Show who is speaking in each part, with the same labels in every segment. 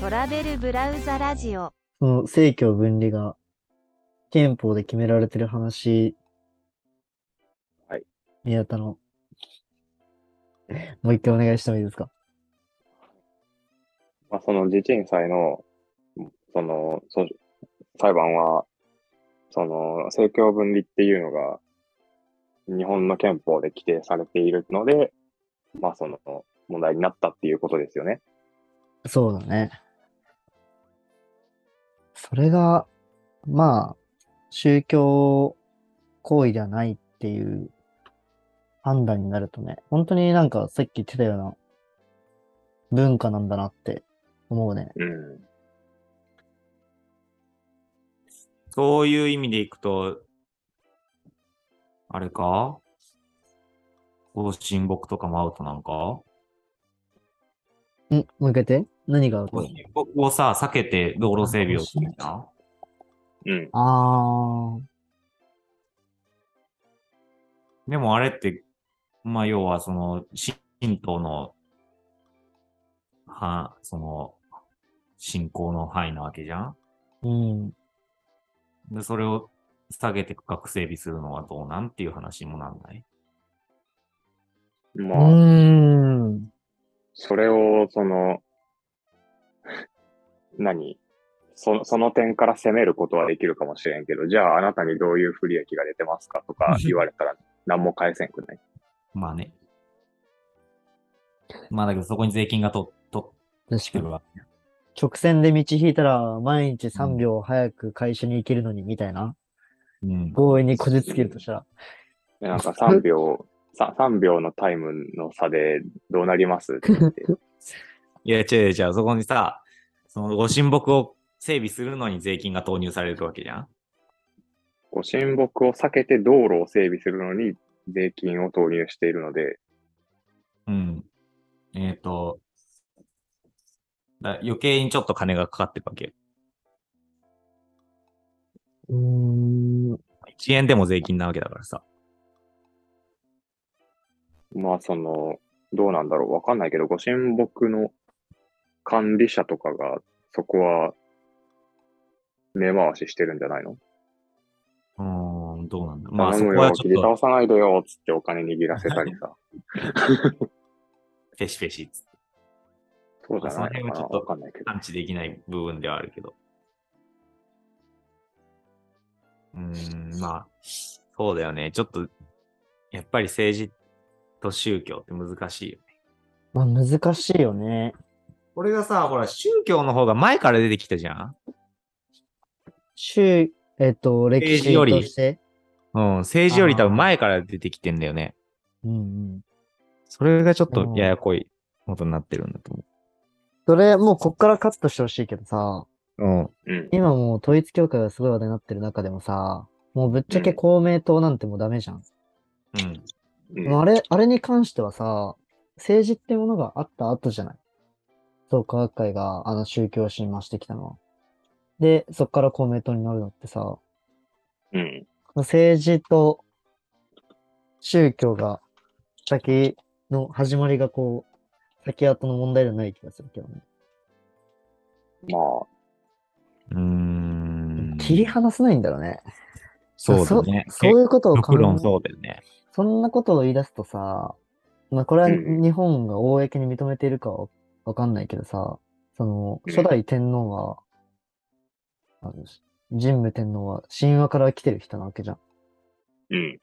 Speaker 1: トラベルブラウザラジオ
Speaker 2: その政教分離が憲法で決められてる話。
Speaker 3: はい。
Speaker 2: 宮田の。もう一回お願いしてもいいですか
Speaker 3: まあ、その地鎮祭の、その、そ裁判は、その、政教分離っていうのが、日本の憲法で規定されているので、まあ、その、問題になったっていうことですよね。
Speaker 2: そうだね。それが、まあ、宗教行為ではないっていう判断になるとね、本当になんかさっき言ってたような文化なんだなって思うね。
Speaker 3: うん。
Speaker 4: そういう意味でいくと、あれか方針僕とかもアウトなんか
Speaker 2: んもう一回言って何がある
Speaker 4: 方針僕をさ、避けて道路整備をしてみた
Speaker 3: うん。
Speaker 2: ああ、
Speaker 4: でもあれって、まあ要はその、神道の、は、その、信仰の範囲なわけじゃん
Speaker 2: うん。
Speaker 4: で、それを下げて区画整備するのはどうなんっていう話もなんない。
Speaker 2: う
Speaker 3: まあ、
Speaker 2: ーん。
Speaker 3: それを、その、 何そその点から責めることはできるかもしれんけど、じゃああなたにどういう不利益が出てますかとか言われ たら何も返せんくない。
Speaker 4: まあね。まあだけどそこに税金がと、と
Speaker 2: 確
Speaker 4: って
Speaker 2: か
Speaker 4: る
Speaker 2: に。
Speaker 4: わけ。
Speaker 2: 直線で道引いたら、毎日3秒早く会社に行けるのに、みたいな。
Speaker 4: うん。
Speaker 2: 強引にこじつけるとしたら。
Speaker 3: でなんか3秒、さ3秒のタイムの差でどうなりますって言 って。
Speaker 4: いや、違う違う違う、そこにさ、そのご神木を整備するのに税金が投入されるわけじゃん
Speaker 3: こう親睦を避けて道路を整備するのに税金を投入しているので、
Speaker 4: うん。えっ、と、だ余計にちょっと金がかかってるわけよ。
Speaker 2: うーん。
Speaker 4: 1円でも税金なわけだからさ。
Speaker 3: まあその、どうなんだろう、わかんないけど、ご神木の管理者とかが、そこは、根回ししてるんじゃないの
Speaker 4: うーん、どうなんだろう。まあ
Speaker 3: 頼
Speaker 4: そこ
Speaker 3: むよ
Speaker 4: は、ち
Speaker 3: 切
Speaker 4: ょっ
Speaker 3: り
Speaker 4: と
Speaker 3: 倒さないでよ、つってお金握らせたりさ。
Speaker 4: ペシペシっつって
Speaker 3: そうじゃないの
Speaker 4: まあ
Speaker 3: か
Speaker 4: その辺はち
Speaker 3: な
Speaker 4: ょっと
Speaker 3: わかんないけど。
Speaker 4: 探知できない部分ではあるけど。うーん、まあ、そうだよね。ちょっと、やっぱり政治と宗教って難しいよね。
Speaker 2: まあ、難しいよね。
Speaker 4: これがさ、ほら、宗教の方が前から出てきたじゃん
Speaker 2: 週、えっ、と、歴
Speaker 4: 政
Speaker 2: 史
Speaker 4: 治より
Speaker 2: として。
Speaker 4: うん、政治より多分前から出てきてんだよね。
Speaker 2: うんうん。
Speaker 4: それがちょっ
Speaker 2: あ
Speaker 4: と
Speaker 2: ー
Speaker 4: ややこいことになってるんだと
Speaker 2: それ、もうこっからカットしてほしいけどさ、
Speaker 4: 思
Speaker 3: うん。
Speaker 2: 今もう統一教会がすごい話題になってる中でもさ、もうぶっちゃけ
Speaker 3: うん
Speaker 2: 公明党なんてもうダメじゃん。
Speaker 4: う。うん。
Speaker 3: うん
Speaker 2: もうあれ、あれに関してはさ、政治ってものがあった後じゃないそう、科学会があの宗教を信ましてきたのは。で、そっから公明党になるのってさ、
Speaker 3: うん。
Speaker 2: 政治と宗教が先の始まりがこう、先後の問題ではない気がするけどね。
Speaker 3: まあ、
Speaker 4: うーん。
Speaker 2: 切り離せないんだろうね。
Speaker 4: そうだね。
Speaker 2: そそういうことを考
Speaker 4: 極
Speaker 2: え
Speaker 4: 論そうだよね。
Speaker 2: そんなことを言い出すとさ、まあこれは
Speaker 3: うん
Speaker 2: 日本が公に認めているかはわかんないけどさ、その
Speaker 3: うん
Speaker 2: 初代天皇は、あの神武天皇は神話から来てる人なわけじゃん。
Speaker 3: うん。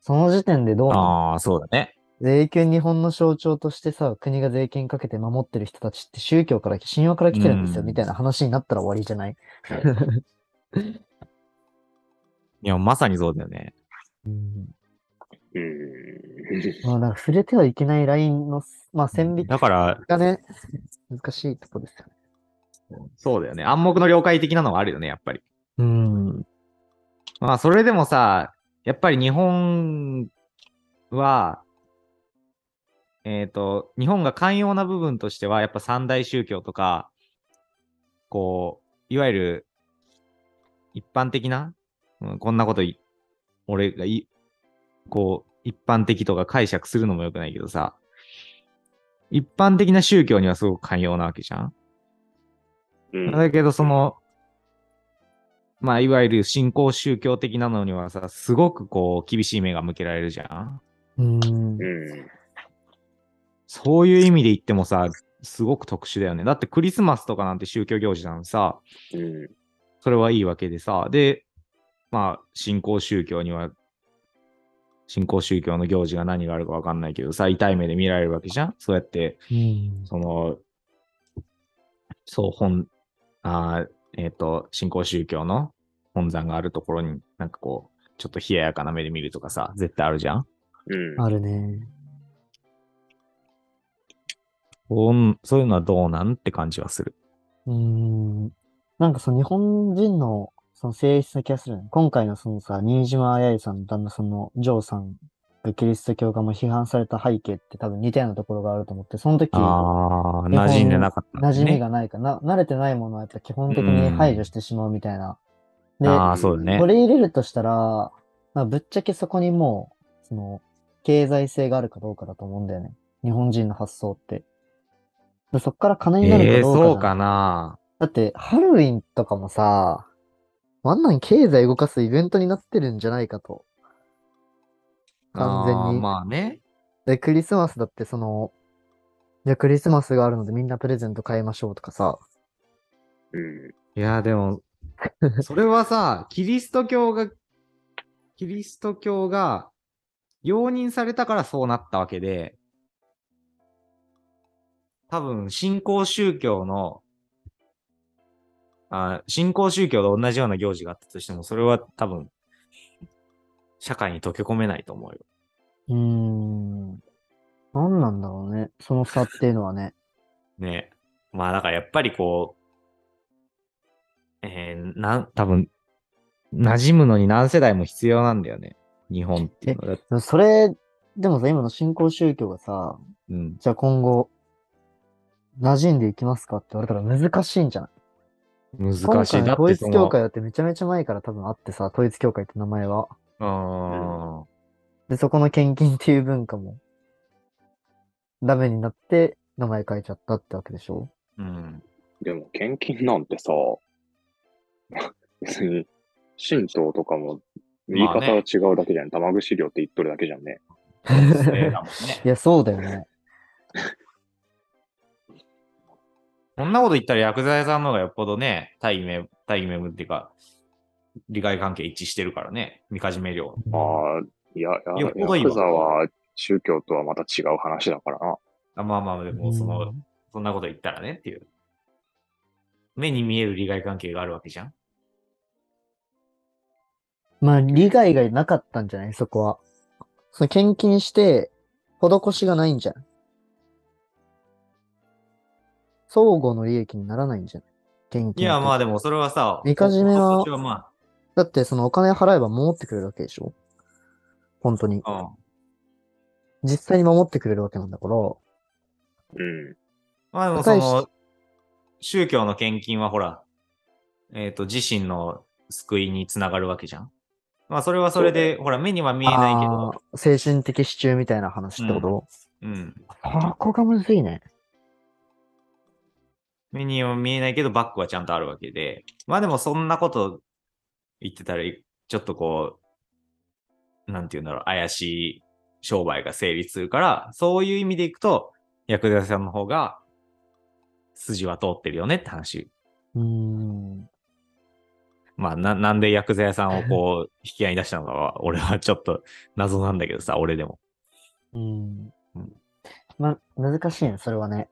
Speaker 2: その時点でどうなの
Speaker 4: ああ、そうだね。
Speaker 2: 税金日本の象徴としてさ、国が税金かけて守ってる人たちって宗教から、神話から来てるんですよ、
Speaker 4: うん
Speaker 2: みたいな話になったら終わりじゃない、
Speaker 4: いや、まさにそうだよね。
Speaker 2: うん、
Speaker 3: うん。
Speaker 2: まあ、だから触れてはいけないラインの、まあ、線引き
Speaker 4: だから、
Speaker 2: がね、難しいとこですよね。
Speaker 4: そうだよね。暗黙の了解的なのはあるよね、やっぱり。
Speaker 2: うん。
Speaker 4: まあ、それでもさ、やっぱり日本は、えっ、と、日本が寛容な部分としては、やっぱ三大宗教とか、こう、いわゆる、一般的な、うん、こんなことい、俺がい、こう、一般的とか解釈するのも良くないけどさ、一般的な宗教にはすごく寛容なわけじゃん
Speaker 3: うん。
Speaker 4: だけど、その、まあ、いわゆる新興宗教的なのにはさ、すごくこう、厳しい目が向けられるじゃん。
Speaker 2: うん
Speaker 3: う。ん。
Speaker 4: そういう意味で言ってもさ、すごく特殊だよね。だってクリスマスとかなんて宗教行事なのにさ、
Speaker 3: うん。
Speaker 4: それはいいわけでさ、で、まあ、新興宗教には、新興宗教の行事が何があるかわかんないけどさ、痛い目で見られるわけじゃんそうやって、
Speaker 2: うん。
Speaker 4: その、そう、本、あーえっ、と、新興宗教の本山があるところに、なんかこう、ちょっと冷ややかな目で見るとかさ、絶対あるじゃん
Speaker 3: うん。
Speaker 2: あるね。
Speaker 4: おんそういうのはどうなんって感じはする。
Speaker 2: うん。なんかその日本人のその性質な気がするね。今回のそのさ、新島綾さんの旦那さんのジョーさんがキリスト教がもう批判された背景って多分似たようなところがあると思って、その時、
Speaker 4: ああ、馴染んでなかった、ね。
Speaker 2: 馴染みがないかな、慣れてないものはやっぱ基本的に排除してしまうみたいな。で、
Speaker 4: ああ、そうだね。
Speaker 2: 取り入れるとしたら、まあ、ぶっちゃけそこにもう、その、経済性があるかどうかだと思うんだよね。日本人の発想って。でそっから金になる
Speaker 4: え
Speaker 2: か
Speaker 4: え
Speaker 2: どうかじゃん
Speaker 4: そうかな。
Speaker 2: だって、ハロウィンとかもさ、あんなん経済動かすイベントになってるんじゃないかと。完全に
Speaker 4: あーまあね。
Speaker 2: で、クリスマスだってその、いや、クリスマスがあるのでみんなプレゼント買いましょうとかさ。
Speaker 3: うん。
Speaker 4: いや、でも、 それはさ、キリスト教が、キリスト教が容認されたからそうなったわけで、多分、新興宗教の、あ新興宗教と同じような行事があったとしても、それは多分、社会に溶け込めないと思うよ。
Speaker 2: うーん。なんなんだろうね。その差っていうのはね。
Speaker 4: ね。まあだからやっぱりこう、えー、なん、多分、馴染むのに何世代も必要なんだよね。日本っていうのは。だ
Speaker 2: でもそれ、でもさ、今の新興宗教がさ、
Speaker 4: うん。
Speaker 2: じゃあ今後、馴染んでいきますかって言われたら難しいんじゃない
Speaker 4: 難しい。
Speaker 2: 今回
Speaker 4: だ
Speaker 2: の
Speaker 4: っ
Speaker 2: 統
Speaker 4: て
Speaker 2: 一
Speaker 4: そ
Speaker 2: 教
Speaker 4: の、
Speaker 2: 会だってめちゃめちゃ前から多分あってさ、統一教会って名前は。
Speaker 4: うーん。
Speaker 2: で、そこの献金っていう文化も、ダメになって名前変えちゃったってわけでしょ
Speaker 4: うん。
Speaker 3: でも、献金なんてさ、別に、神道とかも、言い
Speaker 4: まあ
Speaker 3: 方
Speaker 4: ね
Speaker 3: は違うだけじゃん。玉串料って言っとるだけじゃんね。
Speaker 4: そうだもん
Speaker 2: い
Speaker 4: ね。
Speaker 2: や、そうだよね。
Speaker 4: こんなこと言ったら薬剤さんの方がよっぽどね、大義名、大義名分っていうか、利害関係一致してるからね。みかじめ料。
Speaker 3: ああ、いや、や
Speaker 4: よっぽどいい
Speaker 3: ヤ
Speaker 4: わ
Speaker 3: クザは宗教とはまた違う話だからな。
Speaker 4: あまあまあ、でもその、そんなこと言ったらねっていう。目に見える利害関係があるわけじゃん。
Speaker 2: まあ、利害がなかったんじゃないそこは。その献金して、施しがないんじゃん。相互の利益にならないんじゃん。献金
Speaker 4: いや、まあ
Speaker 2: あ。
Speaker 4: でもそれはさ、
Speaker 2: みかじめは
Speaker 4: こっちま
Speaker 2: だって、そのお金払えば守ってくれるわけでしょ本当に。
Speaker 4: あ、うん。
Speaker 2: 実際に守ってくれるわけなんだから。
Speaker 3: うん。
Speaker 4: まあでもその、宗教の献金はほら、えっ、と、自身の救いにつながるわけじゃん。まあそれはそれで、ほら、目には見えないけど、
Speaker 2: あー精神的支柱みたいな話ってこと、
Speaker 4: うん。
Speaker 2: そこがむずいね。
Speaker 4: 目には見えないけど、バックはちゃんとあるわけで、まあでもそんなこと言ってたら、ちょっとこう、なんて言うんだろう、怪しい商売が成立するから、そういう意味でいくと、薬剤師さんの方が、筋は通ってるよねって話。
Speaker 2: うーん。
Speaker 4: まあ、な、なんで薬剤屋さんをこう、引き合いに出したのかは、俺はちょっと謎なんだけどさ、俺でも。
Speaker 2: うん
Speaker 4: うん。
Speaker 2: ま、難しいね、それはね。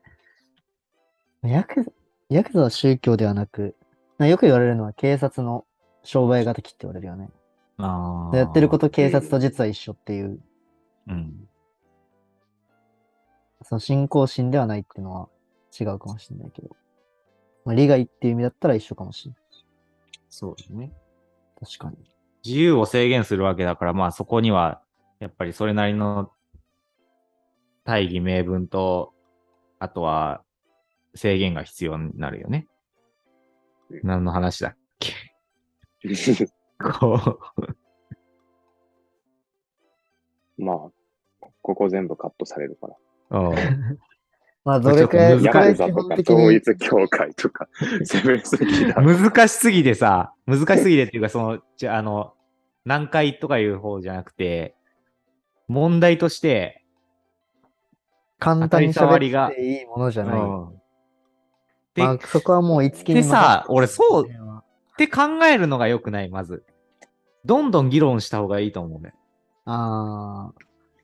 Speaker 2: ヤクザ、ヤクザは宗教ではなく、なよく言われるのは警察の商売敵って言われるよね。
Speaker 4: あ。
Speaker 2: やってることと警察と実は一緒っていう、
Speaker 4: うん。
Speaker 2: その信仰心ではないっていうのは違うかもしれないけど。まあ、利害っていう意味だったら一緒かもしれない。
Speaker 4: そうですね。
Speaker 2: 確かに。
Speaker 4: 自由を制限するわけだから、まあそこには、やっぱりそれなりの大義名分と、あとは制限が必要になるよね。
Speaker 3: うん
Speaker 4: 何の話だっけこう。
Speaker 3: まあ、ここ全部カットされるから。
Speaker 4: うん
Speaker 2: まあ、どれくらい、
Speaker 4: ちょっと
Speaker 2: どれ
Speaker 3: ヤ
Speaker 2: くら
Speaker 3: ク
Speaker 2: い
Speaker 3: ザ
Speaker 2: 基
Speaker 3: と
Speaker 2: 本
Speaker 3: か
Speaker 2: 的
Speaker 3: 統
Speaker 2: に、
Speaker 3: 一教会 とか、攻めすぎだ。
Speaker 4: 難しすぎてさ、難しすぎてっていうか、その、じゃあ、あの、難解とかいう方じゃなくて、問題として、
Speaker 2: 簡単に
Speaker 4: 当たり障り
Speaker 2: 喋っ
Speaker 4: が
Speaker 2: ていいものじゃない。
Speaker 4: うんで、
Speaker 2: ま
Speaker 4: っ
Speaker 2: あ、そこはもう、いつきに
Speaker 4: でさ
Speaker 2: 任せて
Speaker 4: 俺そう
Speaker 2: この辺は
Speaker 4: て考えるのが良くない、まず。どんどん議論した方がいいと思うね。
Speaker 2: あ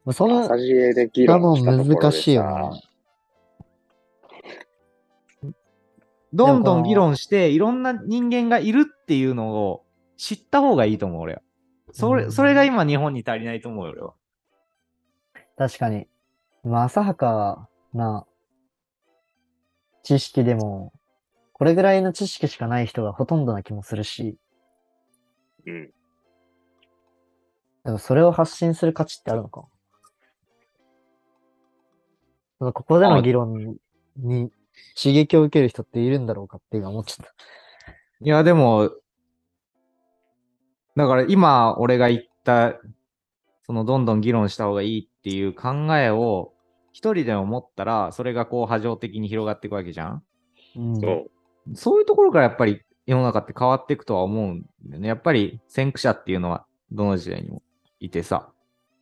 Speaker 2: あ、そ
Speaker 3: マッ
Speaker 2: の
Speaker 3: サ、ージ絵で議
Speaker 2: 多
Speaker 3: 論し
Speaker 2: 分
Speaker 3: たところでさ
Speaker 2: 難しいよね。
Speaker 4: ど
Speaker 2: で
Speaker 4: んど
Speaker 2: もこ
Speaker 4: ん
Speaker 2: の
Speaker 4: 議論して、いろんな人間がいるっていうのを知った方がいいと思う、俺は。それ、
Speaker 2: うん
Speaker 4: それが今日本に足りないと思う、俺は。
Speaker 2: 確かに。まあ、浅はかな知識でも、これぐらいの知識しかない人がほとんどな気もするし、
Speaker 3: うん。
Speaker 2: でもそれを発信する価値ってあるのかそのここでの議論に刺激を受ける人っているんだろうかって今思っちゃった。
Speaker 4: いや、でも、だから今、俺が言った、その、どんどん議論した方がいいっていう考えを、一人でも持ったら、それがこう、波状的に広がっていくわけじゃん
Speaker 2: うん
Speaker 3: そう。
Speaker 4: そういうところからやっぱり世の中って変わっていくとは思うんだよね。やっぱり先駆者っていうのはどの時代にもいてさ。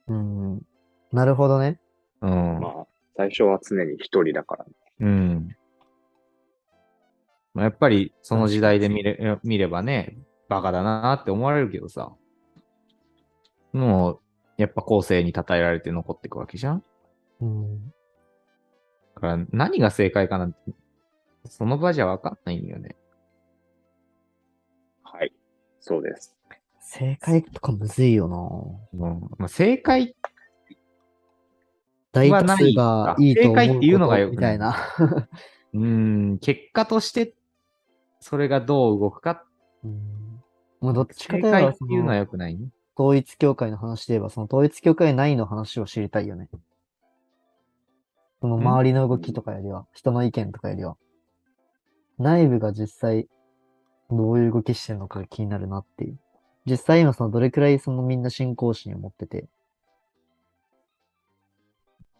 Speaker 2: うん。なるほどね。
Speaker 4: うん。
Speaker 3: まあ、最初は常に一人だから。
Speaker 4: うん。まあ、やっぱりその時代で見れ見ればね、バカだなって思われるけどさ。もう、やっぱ後世に称えられて残っていくわけじゃん
Speaker 2: うん。
Speaker 4: だから何が正解かなんて、その場じゃわかんないんだよね。
Speaker 3: はい。そうです。
Speaker 2: 正解とかむずいよな
Speaker 4: うんまあ、正解
Speaker 2: 大
Speaker 4: は
Speaker 2: 多
Speaker 4: ない
Speaker 2: 数がいいと思う
Speaker 4: 正解っていうの
Speaker 2: こ
Speaker 4: が
Speaker 2: と
Speaker 4: よく
Speaker 2: み
Speaker 4: な
Speaker 2: た
Speaker 4: い
Speaker 2: いな。
Speaker 4: うーん、結果として、それがどう動くか、
Speaker 2: うん。まあ、どっちか
Speaker 4: 正
Speaker 2: といえば
Speaker 4: 解って
Speaker 2: そ
Speaker 4: いうのは
Speaker 2: の
Speaker 4: 良くないね。
Speaker 2: 統一教会の話で言えば、その統一教会内の話を知りたいよね。その
Speaker 4: ん
Speaker 2: 周りの動きとかよりは、人の意見とかよりは、内部が実際どういう動きしてるのかが気になるなっていう。実際今そのどれくらいそのみんな信仰心を持ってて、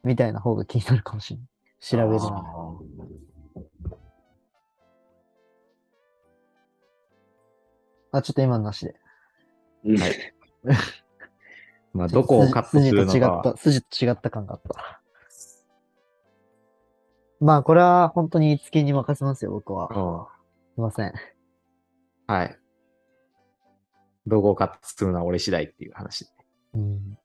Speaker 2: みたいな方が気になるかもしれない。調べるなら。あ、ちょっと今のなしで。
Speaker 3: はい。
Speaker 4: まあ、どこをカットするのかは。
Speaker 2: 筋筋と違った、筋と違った感があった。まあ、これは本当にいつきに任せますよ、僕は。すいません。
Speaker 4: うんはい。どこをカットするのは俺次第っていう話。
Speaker 2: うん。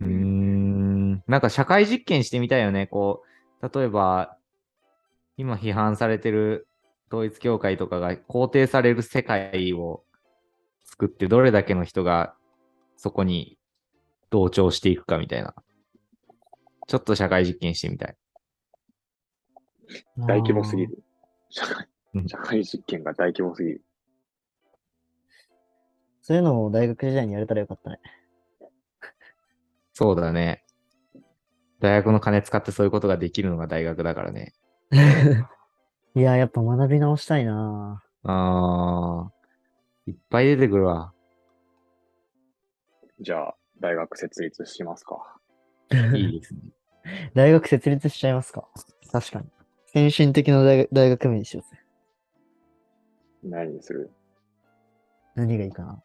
Speaker 4: うーん、なんか社会実験してみたいよね。こう、例えば、今批判されてる統一教会とかが肯定される世界を作って、どれだけの人がそこに同調していくかみたいな。ちょっと社会実験してみたい。
Speaker 3: 大規模すぎ
Speaker 2: る。
Speaker 3: る。社会
Speaker 4: うん
Speaker 3: 社会実験が大規模すぎる。
Speaker 2: そういうのを大学時代にやれたらよか ったね。
Speaker 4: そうだね。大学の金使ってそういうことができるのが大学だからね。
Speaker 2: いや、やっぱ学び直したいな
Speaker 4: あー、いっぱい出てくるわ。
Speaker 3: じゃあ、大学設立しますか。
Speaker 4: いいですね。
Speaker 2: 大学設立しちゃいますか。確かに。先進的な大学大学名にしようぜ。
Speaker 3: 何にする
Speaker 2: 何がいいかな。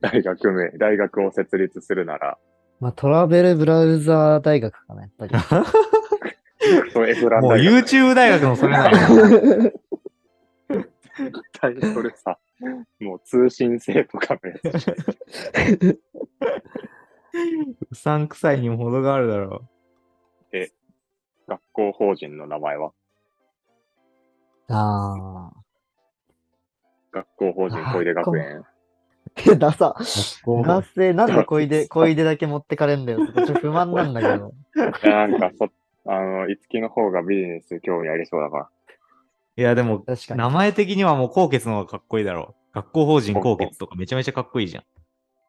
Speaker 3: 大学名、大学を設立するなら、
Speaker 2: まあ、トラベルブラウザー大学かな、やっ ぱり。
Speaker 3: それブラン
Speaker 4: もう
Speaker 3: 大学
Speaker 4: YouTube 大学のそれ ないの。
Speaker 3: タイトルさ、もう通信制とかね。
Speaker 4: うさんくさいにも程があるだろ
Speaker 3: 学校法人の名前は
Speaker 2: あ
Speaker 3: 学校法人小出学園。
Speaker 2: あ。 ダサ。
Speaker 4: う。
Speaker 2: 男性、なんで小出、小出だけ持ってかれんだよ。ちょっと不満なんだけど。
Speaker 3: いやなんかそ、あの、いつきの方がビジネス興味ありそうだから。
Speaker 4: いや、でも、
Speaker 2: 確かに。
Speaker 4: 名前的にはもう高血の方がかっこいいだろう。学校法人高血とかめちゃめちゃかっこいいじゃん。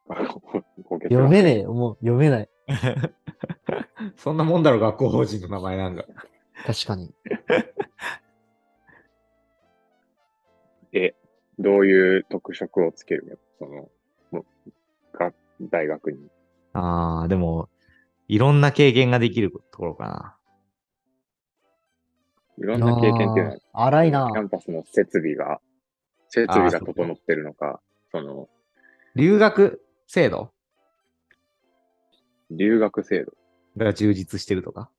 Speaker 3: 高血圧
Speaker 2: 読めねえよ。もう読めない。
Speaker 4: そんなもんだろ、学校法人の名前なんか。
Speaker 2: 確かに。
Speaker 3: え、どういう特色をつけるのその、もうが大学に。
Speaker 4: ああ、でも、いろんな経験ができるところかな。
Speaker 3: いろんな経験っていうのは、
Speaker 2: あー荒いな
Speaker 3: キャ。ンパスの設備が、設備が整ってるのか、その、
Speaker 4: 留学制度
Speaker 3: 留学制度。
Speaker 4: が充実してるとか。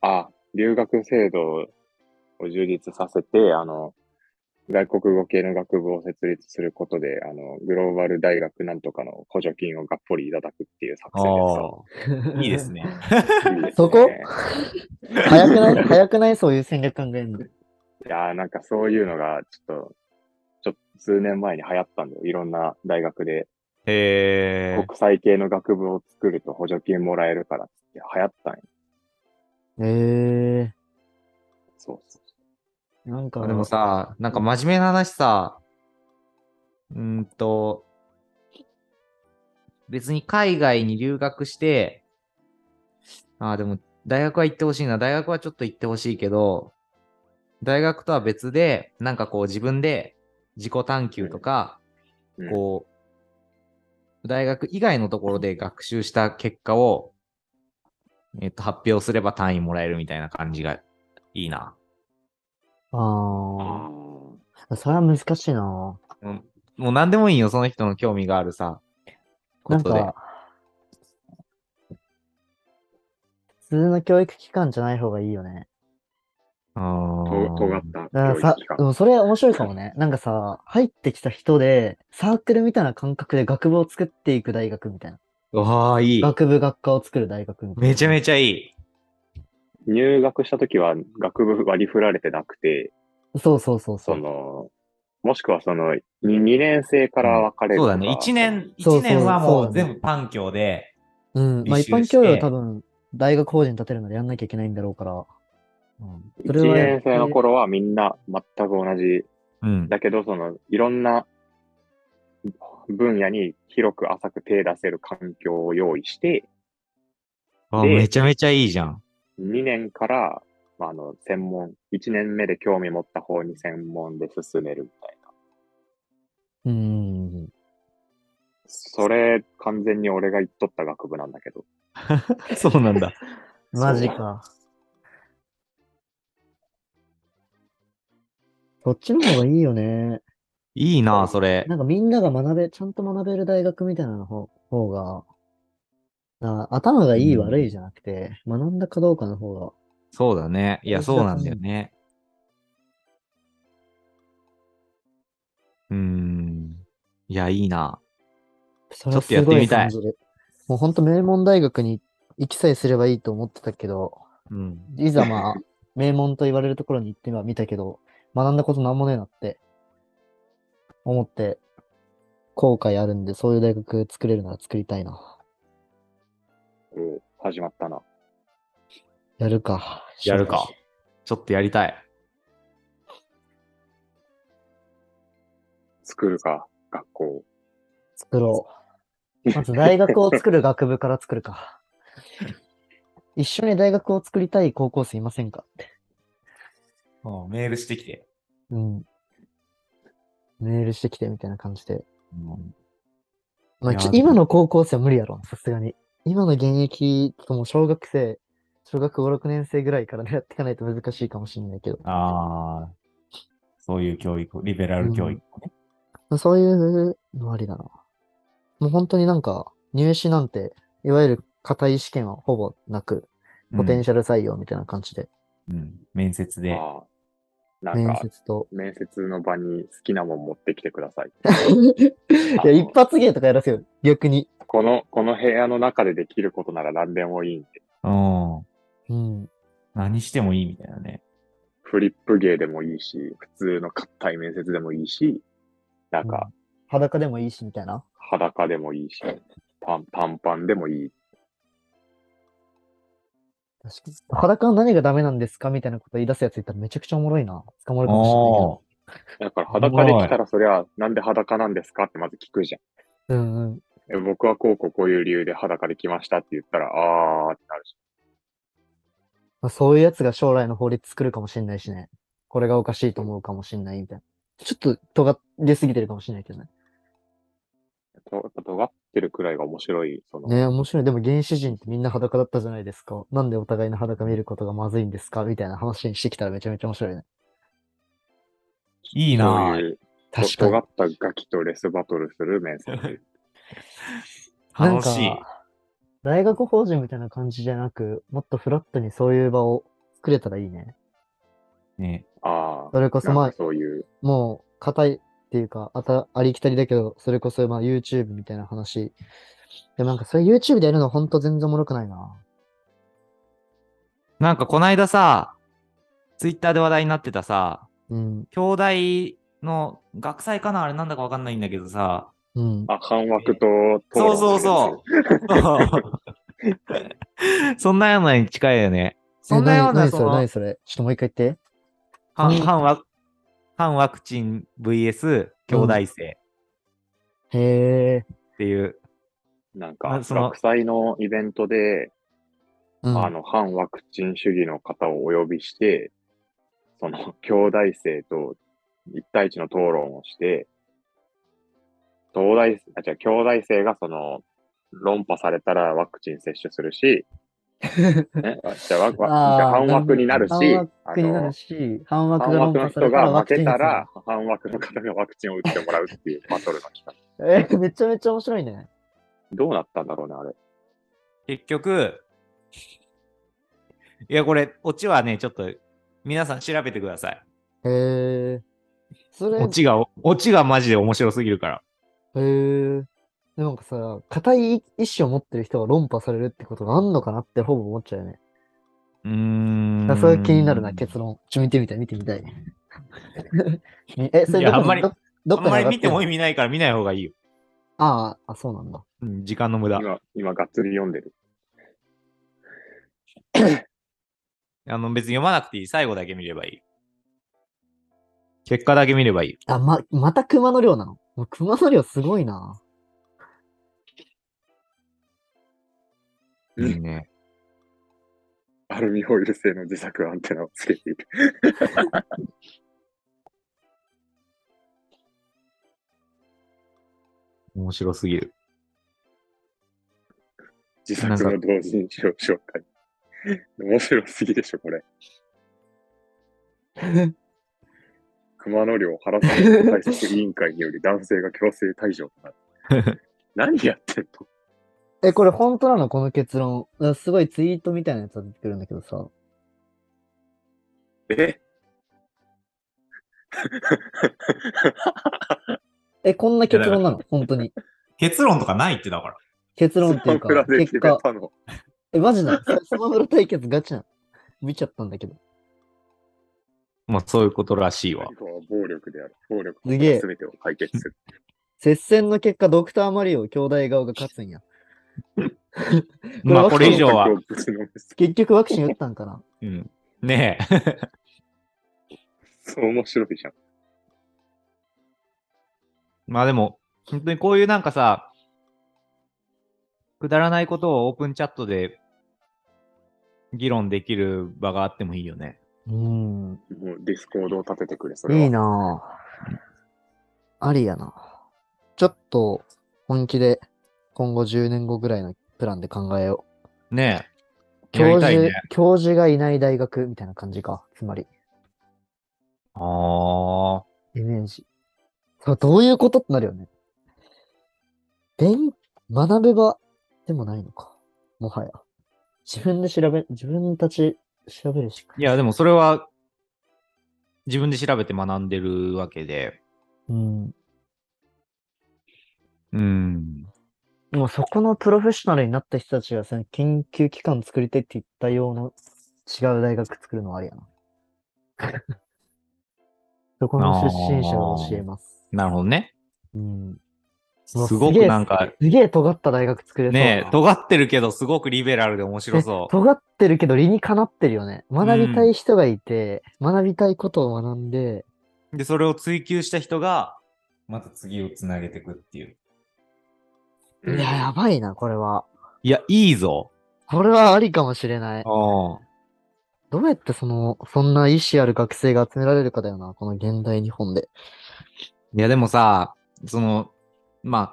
Speaker 3: あ、留学制度を充実させて、あの、外国語系の学部を設立することで、あの、グローバル大学なんとかの補助金をがっぽりいただくっていう作戦
Speaker 4: あ、いいですね。
Speaker 3: ですいいですね。
Speaker 2: そこ 早くない早くないそういう戦略考えるの。
Speaker 3: いやーなんかそういうのが、ちょっと、ちょっと数年前に流行ったんだよ。いろんな大学で
Speaker 4: へ え。
Speaker 3: 国際系の学部を作ると補助金もらえるからっつって流行ったんよ。
Speaker 2: え
Speaker 3: そうそう。
Speaker 2: えー。なんか、
Speaker 4: でもさ、なんか真面目な話さ、うーんと、別に海外に留学して、ああ、でも大学は行ってほしいな。大学はちょっと行ってほしいけど、大学とは別で、なんかこう自分で自己探求とか、
Speaker 3: うん
Speaker 4: こう、大学以外のところで学習した結果を、えっと、発表すれば単位もらえるみたいな感じがいいな。
Speaker 2: ああ、それは難しいな。
Speaker 4: もう何でもいいよ、その人の興味があるさ。こ
Speaker 2: なん
Speaker 4: とで
Speaker 2: か、普通の教育機関じゃない方がいいよね。
Speaker 4: あ
Speaker 3: と
Speaker 4: ー
Speaker 3: 尖った
Speaker 2: だから
Speaker 3: 教
Speaker 2: さ
Speaker 3: 育機、
Speaker 2: で
Speaker 3: 関。
Speaker 2: もそれ面白いかもね。なんかさ、入ってきた人で、サークルみたいな感覚で学部を作っていく大学みたいな。
Speaker 4: うわあ、いい。
Speaker 2: 学部学科を作る大学みたいな。
Speaker 4: めちゃめちゃいい。
Speaker 3: 入学した時は学部割り振られてなくて、
Speaker 2: そうそうそうそ。
Speaker 3: そうの、もしくはその、2, 年生から分かれると
Speaker 4: そう
Speaker 3: か。
Speaker 4: だね。一年、
Speaker 2: そうそう
Speaker 4: 一年はも
Speaker 2: そううだね
Speaker 4: 全部パン教で、
Speaker 2: うん。まあ
Speaker 4: 履
Speaker 2: 一
Speaker 4: 修
Speaker 2: 般教養
Speaker 4: し
Speaker 2: は
Speaker 4: て
Speaker 2: 多分、大学法人立てるのでやんなきゃいけないんだろうから。うん。それ
Speaker 3: 1
Speaker 2: はやっ
Speaker 3: 年
Speaker 2: て
Speaker 3: 生の頃はみんな全く同じ。
Speaker 4: うん。
Speaker 3: だけど、その、いろんな分野に広く浅く手出せる環境を用意して、
Speaker 4: あ
Speaker 3: で
Speaker 4: めちゃめちゃいい じゃん。
Speaker 3: 2年から、まあ、あの、専門、1年目で興味持った方に専門で進めるみたいな。
Speaker 2: うん。
Speaker 3: それ、完全に俺が言っとった学部なんだけど。
Speaker 4: そうなんだ。
Speaker 2: マジ
Speaker 3: そう
Speaker 2: か。そっちの方がいいよね。
Speaker 4: いいな、それ。
Speaker 2: なんかみんなが学べ、ちゃんと学べる大学みたいなの方方が、な頭がいい
Speaker 4: うん
Speaker 2: 悪いじゃなくて、学んだかどうかの方が、
Speaker 4: そうだね。いや、
Speaker 2: 大事だと
Speaker 4: そう
Speaker 2: 思う
Speaker 4: なんだよね。うーん。いや、いいな。
Speaker 2: それは
Speaker 4: ちょっとや
Speaker 2: す
Speaker 4: って
Speaker 2: ごい
Speaker 4: みた
Speaker 2: 感
Speaker 4: い
Speaker 2: じる。もうほんと名門大学に行きさえすればいいと思ってたけど、
Speaker 4: うん。
Speaker 2: いざま あ、名門と言われるところに行っては見たけど、学んだことなんもねえなって、思って、後悔あるんで、そういう大学作れるなら作りたいな。
Speaker 3: うん始まったな。
Speaker 2: やるか。
Speaker 4: やるか。ちょっとやりたい。
Speaker 3: 作るか、学校。
Speaker 2: 作ろう。 まず大学を作る学部から作るか。一緒に大学を作りたい高校生いませんかって。
Speaker 4: うんメールしてきて。
Speaker 2: うん。メールしてきてみたいな感じで。
Speaker 4: うん
Speaker 2: まあ、
Speaker 4: いや
Speaker 2: ちょ
Speaker 4: でも
Speaker 2: 今の高校生は無理やろ、さすがに。今の現役、ともう小学生、小学5、6年生ぐらいから狙っていかないと難しいかもしれないけど、
Speaker 4: ああ、そういう教育、リベラル教育ね。
Speaker 2: まあ、そういうのありだな。もう本当になんか、入試なんて、いわゆる硬い試験はほぼなく、
Speaker 4: うん
Speaker 2: ポテンシャル採用みたいな感じで、
Speaker 4: うん面接で。
Speaker 3: ああなん
Speaker 2: 面
Speaker 3: か、
Speaker 2: 接と、
Speaker 3: 面接の場に好きなもん持ってきてください。
Speaker 2: いや、一発芸とかやらせよ、逆に。
Speaker 3: この、この部屋の中でできることなら何でもいいんで、
Speaker 4: うん。
Speaker 2: うん。
Speaker 4: 何してもいいみたいなね。
Speaker 3: フリップ芸でもいいし、普通の硬い面接でもいいし、なんか
Speaker 2: 裸でもいいし、みたいな。
Speaker 3: 裸でもいいし、パンパンパンでもいい。
Speaker 2: 確かに裸は何がダメなんですかみたいなこと言い出すやついたらめちゃくちゃおもろいな。捕まるかも
Speaker 3: だから裸できたらそりゃ、なんで裸なんですかってまず聞くじゃん。
Speaker 2: しれないけど。うんうん。
Speaker 3: え僕はこうこうこういう理由で裸で来ましたって言ったら、あーってなるし。
Speaker 2: まあ、そういうやつが将来の法律作るかもしれないしね。これがおかしいと思うかもしれないみたいな。ちょっと尖りすぎてるかもしれないけどね。
Speaker 3: とやっぱ尖ってるくらいが面白い、その、
Speaker 2: ねえ、面白い。でも原始人ってみんな裸だったじゃないですか。なんでお互いの裸見ることがまずいんですかみたいな話にしてきたらめちゃめちゃ面白いね。
Speaker 5: いいな
Speaker 3: そう
Speaker 5: ぁ。
Speaker 3: いう、と
Speaker 2: 確かに。
Speaker 3: 尖ったガキとレスバトルする 面接。
Speaker 2: なん
Speaker 5: 楽
Speaker 2: か
Speaker 5: しい。
Speaker 2: 大学法人みたいな感じじゃなく、もっとフラットにそういう場を作れたらいいね。
Speaker 5: ね、
Speaker 3: ああ、
Speaker 2: それこそ
Speaker 3: な
Speaker 2: ま
Speaker 3: んか
Speaker 2: あ、
Speaker 3: そういう、
Speaker 2: もう、硬いっていうか、あた、ありきたりだけど、それこそまあ YouTube みたいな話。でもなんかそれ YouTube でやるのほんと全然おもろくないな。
Speaker 4: なんかこないださ、ツイッターで話題になってたさ、
Speaker 2: うん、
Speaker 4: 兄弟の学祭かなあれなんだかわかんないんだけどさ、
Speaker 2: うん。
Speaker 3: あ、半枠と、
Speaker 4: そうそう そう。そんなようなに近いよね。そんなような
Speaker 2: え何何
Speaker 4: そ
Speaker 2: それ、
Speaker 4: の
Speaker 2: 何それ。ちょっともう一回言って。
Speaker 4: 反反ワ反ワクチン VS 兄弟生
Speaker 2: へえ。
Speaker 4: っていう。
Speaker 3: なん
Speaker 4: あ
Speaker 3: か、
Speaker 4: その
Speaker 3: 学祭のイベントで、
Speaker 2: うん。
Speaker 3: あの、反ワクチン主義の方をお呼びして、その、 兄弟生と一対一の討論をして、東大、あ、じゃ兄弟生がその、論破されたらワクチン接種する し、ね、じゃあわわじゃあ反枠になるし、
Speaker 2: 半
Speaker 3: あ
Speaker 2: 枠になる
Speaker 3: の、
Speaker 2: し、半枠
Speaker 3: 半
Speaker 2: が
Speaker 3: 枠
Speaker 2: 論
Speaker 3: の
Speaker 2: 破され
Speaker 3: 人
Speaker 2: たら
Speaker 3: が
Speaker 2: ワ
Speaker 3: 負
Speaker 2: クチ
Speaker 3: け
Speaker 2: ン
Speaker 3: たら、半枠の方がワクチンを打ってもらうっていう バトルの企画。
Speaker 2: 打つ えー、めちゃめちゃ面白いね。
Speaker 3: どうなったんだろうね、あれ。
Speaker 4: 結局、いやこれ、オチはね、ちょっと皆さん調べてください。
Speaker 2: へえ。それ、
Speaker 4: オチが、オチがマジで面白すぎるから。
Speaker 2: へえ。でもなんかさ、固い意思を持ってる人が論破されるってことがあんのかなってほぼ思っちゃうよね。
Speaker 4: うーん
Speaker 2: あそれ気になるな、結論。ちょ、見てみたい、見て みたい。え、そ
Speaker 4: い
Speaker 2: れ
Speaker 4: や
Speaker 2: どこ
Speaker 4: あんまり
Speaker 2: どどっ
Speaker 4: あん
Speaker 2: か
Speaker 4: ま
Speaker 2: に上がっ
Speaker 4: り見て
Speaker 2: んの
Speaker 4: も意味ないから見ない方がいいよ。
Speaker 2: ああ、あ、そうなんだ。
Speaker 4: うん時間の無駄。
Speaker 3: 今、今、がっつり読んでる。
Speaker 4: あの別に読まなくていい。最後だけ見ればいい。結果だけ見ればいい。
Speaker 2: あ、ま、また熊の量なのもう熊の量すごいな。
Speaker 3: うん
Speaker 4: いいね。
Speaker 3: アルミホイル製の自作アンテナをつけている。
Speaker 4: 面白すぎる。
Speaker 3: 自作の同人誌を紹介。面白すぎでしょ、これ。熊野寮原さん対策委員会により男性が強制退場となる。何やってんの
Speaker 2: え、これ本当なのこの結論。あすごいツイートみたいなやつが出てくるんだけどさ。
Speaker 3: え
Speaker 2: え、こんな結論なの本当に。
Speaker 4: 結論とかないってだから。
Speaker 2: 結論ってい
Speaker 3: スマ
Speaker 2: う
Speaker 3: ブラ
Speaker 2: か、
Speaker 3: で決
Speaker 2: 結
Speaker 3: め
Speaker 2: 果。
Speaker 3: たの。
Speaker 2: え、マジなのそれスマブラ対決ガチなの見ちゃったんだけど。
Speaker 4: まあそういうことらしいわ
Speaker 3: 最。後は暴力である。暴力
Speaker 2: すげえ
Speaker 3: すべてを解決する。
Speaker 2: 接戦の結果、ドクターマリオ兄弟側が勝つんや。
Speaker 4: まあこれ以上は
Speaker 3: この。曲をぶちのめ す
Speaker 2: 結局ワクチン打ったんかな
Speaker 4: うん、ねえ。
Speaker 3: そう面白いじゃん。
Speaker 4: まあでも、本当にこういうなんかさ、くだらないことをオープンチャットで議論できる場があってもいいよね。
Speaker 2: うん。
Speaker 3: もうディスコードを立ててくれ、それは。
Speaker 2: いいなぁ。ありやなちょっと、本気で、今後10年後ぐらいのプランで考えよ
Speaker 4: ね
Speaker 2: う。
Speaker 4: え。や
Speaker 2: 教
Speaker 4: りたい
Speaker 2: 授、
Speaker 4: ね。
Speaker 2: 教授がいない大学みたいな感じか。つまり、
Speaker 4: ああ。
Speaker 2: イメージ。そう、どういうことってなるよね。勉、学べば、でもないのか。もはや。自分で調べ、自分たち調べるしか。
Speaker 4: いや、でもそれは自分で調べて学んでるわけで。
Speaker 2: うん。
Speaker 4: うん。
Speaker 2: もうそこのプロフェッショナルになった人たちがその研究機関作りたいって言ったような違う大学作るのはありやな。 そこの出身者が教えます。
Speaker 4: なるほどね。
Speaker 2: うん、うわ
Speaker 4: すご
Speaker 2: げ
Speaker 4: く
Speaker 2: え
Speaker 4: なんか、
Speaker 2: すげえ尖った大学作れそうだな。
Speaker 4: ねえ、尖ってるけど、すごくリベラルで面白そ
Speaker 2: え尖ってるけど理にかなってるよね。学びたい人がいて、学びたいことを学んで、
Speaker 4: う。で、それを追求した人が、また次をつなげていくっていう。
Speaker 2: いや、やばいな、これは。
Speaker 4: いや、いいぞ。
Speaker 2: これはありかもしれない。
Speaker 4: ああ。
Speaker 2: どうやってその、そんな意思ある学生が集められるかだよな、この現代日本で。
Speaker 4: いや、でもさ、その、ま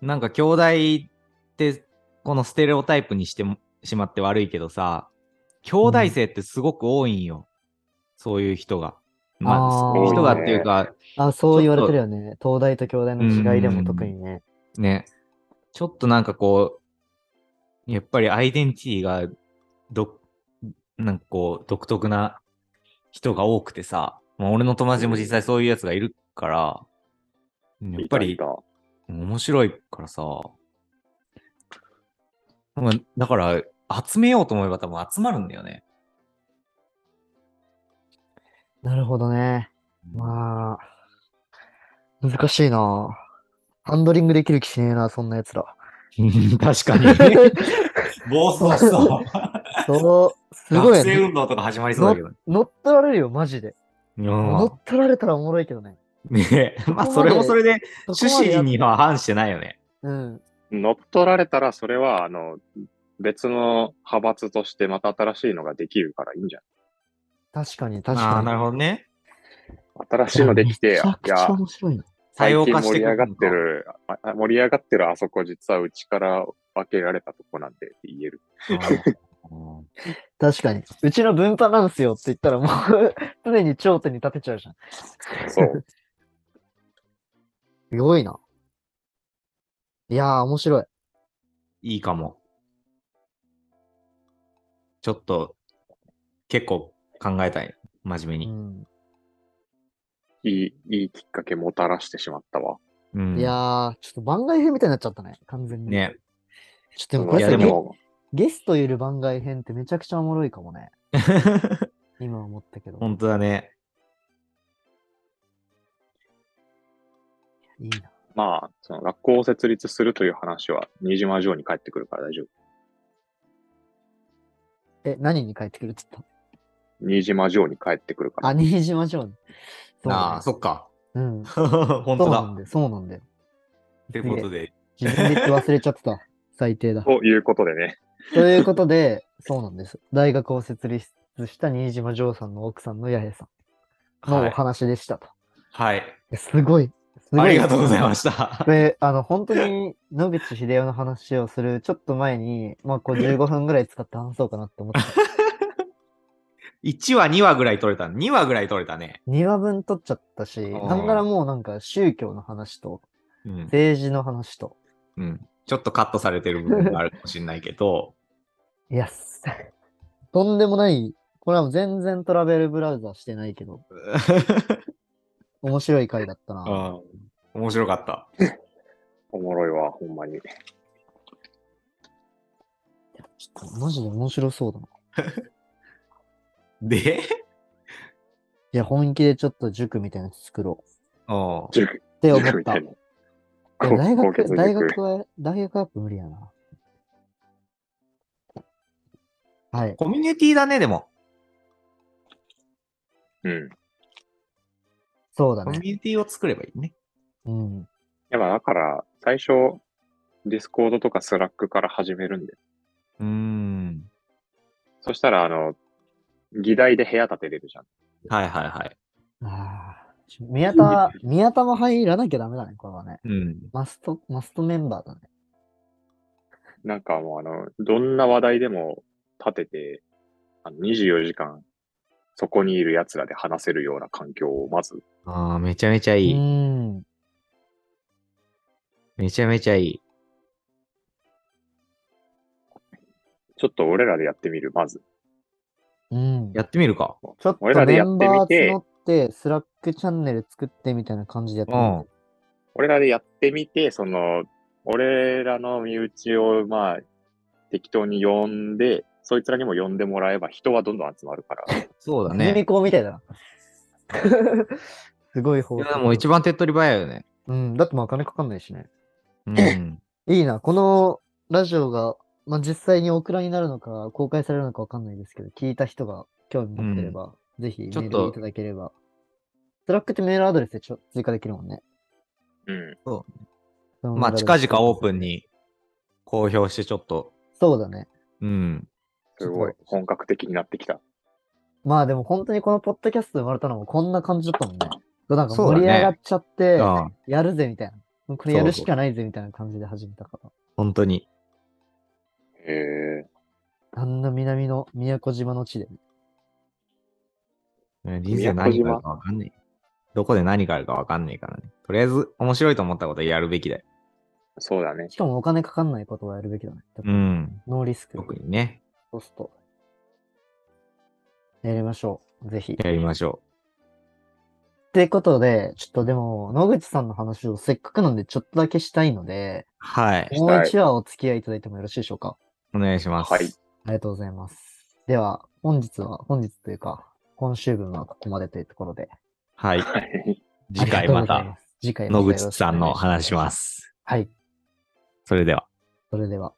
Speaker 4: あ、なんか兄弟ってこのステレオタイプにしてもしまって悪いけどさ兄弟生ってすごく多いんよ、そういう人が。ま
Speaker 2: あ
Speaker 4: あ、
Speaker 2: ー
Speaker 4: 人がっていうか
Speaker 2: あ、そう言われてるよね。東大と京大の違いでも特にね。
Speaker 4: ねちょっとなんかこうやっぱりアイデンティティがどなんかこう独特な人が多くてさ、まあ、俺の友達も実際そういうやつがいるからやっぱり
Speaker 3: いたいた
Speaker 4: 面白いからさ。まあだから、集めようと思えば多分集まるんだよね。
Speaker 2: なるほどね。まあ、難しいな。ハンドリングできる気しねえな、そんな奴 ら。
Speaker 4: 確かに 暴走し そう。
Speaker 2: そう、すごい
Speaker 4: 学
Speaker 2: よ
Speaker 4: 生
Speaker 2: ね。
Speaker 4: 運動とか始まりそうだけど。
Speaker 2: 乗っ取られるよ、マジで。乗っ取られたらおもろいけどね。
Speaker 4: うんねえまあ、
Speaker 2: そこまで
Speaker 4: それもそれで
Speaker 2: そこ
Speaker 4: 趣
Speaker 2: までや
Speaker 4: 旨には反してないよね。
Speaker 2: うん。
Speaker 3: 乗っ取られたら、それは、あの、別の派閥としてまた新しいのができるからいいんじゃ
Speaker 2: 確かに、確
Speaker 4: ああ
Speaker 2: か
Speaker 4: ー、
Speaker 2: に。
Speaker 4: なるほどね。
Speaker 3: ない新しいのできて、
Speaker 2: めちゃ
Speaker 3: い
Speaker 2: くち
Speaker 3: や
Speaker 2: ゃ、面白いな。
Speaker 4: 多
Speaker 3: 最
Speaker 4: 様
Speaker 3: 近
Speaker 4: 化し
Speaker 3: 盛
Speaker 4: て
Speaker 3: り
Speaker 4: く
Speaker 3: 上
Speaker 4: る
Speaker 3: が
Speaker 4: の
Speaker 3: っ
Speaker 4: か
Speaker 3: てる、ああ盛り上がってるあそこ実はうちから分けられたとこなんでって言える。
Speaker 4: うん
Speaker 2: 確かに。うちの分派なんすよって言ったらもう、 常に頂点に立てちゃうじゃん。
Speaker 3: そう。
Speaker 2: すごいな。いやー、面白い。
Speaker 4: いいかも。ちょっと、結構考えたい。真面目
Speaker 2: う
Speaker 4: に。
Speaker 2: ん。
Speaker 3: いい、いいきっかけもたらしてしまったわ。
Speaker 4: うん、
Speaker 2: いやー、ちょっと番外編みたいになっちゃったね。完全に。。
Speaker 4: ね。
Speaker 2: ちょっとでもこ
Speaker 4: い
Speaker 2: れ
Speaker 4: や
Speaker 2: さ
Speaker 4: で
Speaker 2: ゲ
Speaker 4: も、
Speaker 2: ゲストいる番外編ってめちゃくちゃおもろいかもね。今思ったけど。
Speaker 4: 本当だね。
Speaker 2: いいな。
Speaker 3: まあ、その学校を設立するという話は、新島城に帰ってくるから大丈夫。
Speaker 2: え、何に帰ってくるって言っ
Speaker 3: 新島城に帰ってくる
Speaker 2: た
Speaker 3: から。
Speaker 2: あ、新島城 に。そう
Speaker 4: ああ、
Speaker 2: だね
Speaker 4: そっか。
Speaker 2: うん。
Speaker 4: 本
Speaker 2: そ
Speaker 4: 当
Speaker 2: うなん
Speaker 4: だ。
Speaker 2: だよ。そうなんだよ。
Speaker 4: ということで、
Speaker 2: 自分で言って忘れちゃってた。 最低だ。
Speaker 3: ということでね、
Speaker 2: ということで、そうなんです。大学を設立した新島城さんの奥さんの八重さんの
Speaker 4: は
Speaker 2: お
Speaker 4: い。
Speaker 2: 話でしたと。
Speaker 4: はい
Speaker 2: えすごい。すごい。
Speaker 4: ありがとうございました。
Speaker 2: で、あの、本当に野口英世の話をするちょっと前に、まあ、こう15分ぐらい使って話そうかなって思 ってた。
Speaker 4: 1話、2話ぐらい取れた。2話ぐらい取れたね。
Speaker 2: 2話分取っちゃったし、
Speaker 4: ー
Speaker 2: なんならもうなんか宗教の話と、
Speaker 4: うん。
Speaker 2: 政治の話と、
Speaker 4: うん、ちょっとカットされてる部分があるかもしれないけ ど、
Speaker 2: いや、す とんでもない、これはもう全然トラベルブラウザーしてないけど、面白い回だった
Speaker 4: う
Speaker 2: な。
Speaker 4: ん面白かった。
Speaker 3: おもろいわ、ほんまに。
Speaker 2: ちょっとマジで面白そうだな。
Speaker 4: で、
Speaker 2: いや、本気でちょっと塾みたいなやつ作ろ
Speaker 4: うん
Speaker 3: 塾
Speaker 2: う。って思っ
Speaker 3: 塾み
Speaker 2: た。
Speaker 3: たい
Speaker 2: い
Speaker 3: な。
Speaker 2: や
Speaker 3: 高
Speaker 2: 大
Speaker 3: 高
Speaker 2: 学、
Speaker 3: 血
Speaker 2: 大
Speaker 3: 塾
Speaker 2: 学は、大学は無理やな。はい。
Speaker 4: コミュニティだね、でも。
Speaker 3: うん。
Speaker 2: そうだ
Speaker 4: コミュ
Speaker 2: ね。
Speaker 4: ニティを作ればいいね。
Speaker 2: うん。
Speaker 3: やっぱだから、最初、ディスコードとかスラックから始めるんで。
Speaker 4: うーん。
Speaker 3: そしたら、あの、議題で部屋建てれるじゃん。
Speaker 4: はいはいはい。
Speaker 2: ああ。宮田、宮田も入らなきゃダメだね、これはね。
Speaker 4: うん。
Speaker 2: マスト、マストメンバーだね。
Speaker 3: なんかもう、あの、どんな話題でも立てて、あの24時間、そこにいる奴らで話せるような環境をまず、
Speaker 4: ああ、めちゃめちゃいうい。
Speaker 2: ん。
Speaker 4: めちゃめちゃいい。
Speaker 3: ちょっと俺らでやってみる、まず。
Speaker 2: うん。
Speaker 4: やってみるか。
Speaker 2: ちょっとメ
Speaker 3: 俺らでや
Speaker 2: ン
Speaker 3: って
Speaker 2: バ
Speaker 3: みて
Speaker 2: ー募って、スラックチャンネル作ってみたいな感じでやって
Speaker 4: う
Speaker 2: み
Speaker 4: ん
Speaker 2: る。。
Speaker 3: 俺らでやってみて、その、俺らの身内を、まあ、適当に呼んで、そいつらにも呼んでもらえば人はどんどん集まる から。
Speaker 4: そうだ
Speaker 2: ネ
Speaker 4: ね
Speaker 2: ミ。コみたいだ な。すごい
Speaker 4: い
Speaker 2: 方
Speaker 4: やでも一番手っ取り早いよね。
Speaker 2: うん。だってまあお金かかんないしね。
Speaker 4: うん。
Speaker 2: いいな。このラジオが、まあ、実際にオクラになるのか、公開されるのかわかんないですけど、聞いた人が興味持ってれば、ぜひメ
Speaker 4: ちょっ
Speaker 2: ー
Speaker 4: と
Speaker 2: ルいただければ。スラックってメールアドレスでちょ追加できるもんね。
Speaker 3: うん。
Speaker 4: まあ、近々オー
Speaker 2: ン。
Speaker 4: プンに公表して、ちょっと、
Speaker 2: そうだね。
Speaker 4: うん。
Speaker 3: すごい。本格的になってきた。
Speaker 2: まあでも本当にこのポッドキャスト生まれたのもこんな感じだったもんね。なんか
Speaker 4: そうだ
Speaker 2: 盛
Speaker 4: ね
Speaker 2: り上がっちゃって、
Speaker 4: あ
Speaker 2: やるぜみたいな。これやるしかないぜみたいな感じで始めたから。
Speaker 4: 本当に。
Speaker 3: へえ。
Speaker 2: あんな南の宮古島の地でね、
Speaker 4: ね人生何があるかわかんない。どこで何があるかわかんないからね。とりあえず、面白いと思ったことはやるべきだよ。
Speaker 3: そうだね。
Speaker 2: しかもお金かかんないことはやるべきだね。
Speaker 4: うん。
Speaker 2: ノーリスク、
Speaker 4: 特にね、
Speaker 2: コスト。やりましょう。ぜひ。
Speaker 4: やりましょ
Speaker 2: ってことで、ちょっとでも、野口さんの話をせっかくなんでちょっとだけしたいので、
Speaker 4: う。はい。
Speaker 2: もう
Speaker 3: したい
Speaker 2: 1話お付き合いいただいてもよろしいでしょうか。
Speaker 4: お願いします。
Speaker 3: はい。
Speaker 2: ありがとうございます。では、本日は、本日というか、今週分はここまでというところで。
Speaker 4: はい。
Speaker 3: はい。
Speaker 4: 次回ま
Speaker 2: ありがとうござい
Speaker 4: た、
Speaker 2: す。次回また
Speaker 4: 野
Speaker 2: よろしくお願い。
Speaker 4: 口さんの話しますす。
Speaker 2: はい。
Speaker 4: それでは。
Speaker 2: それでは。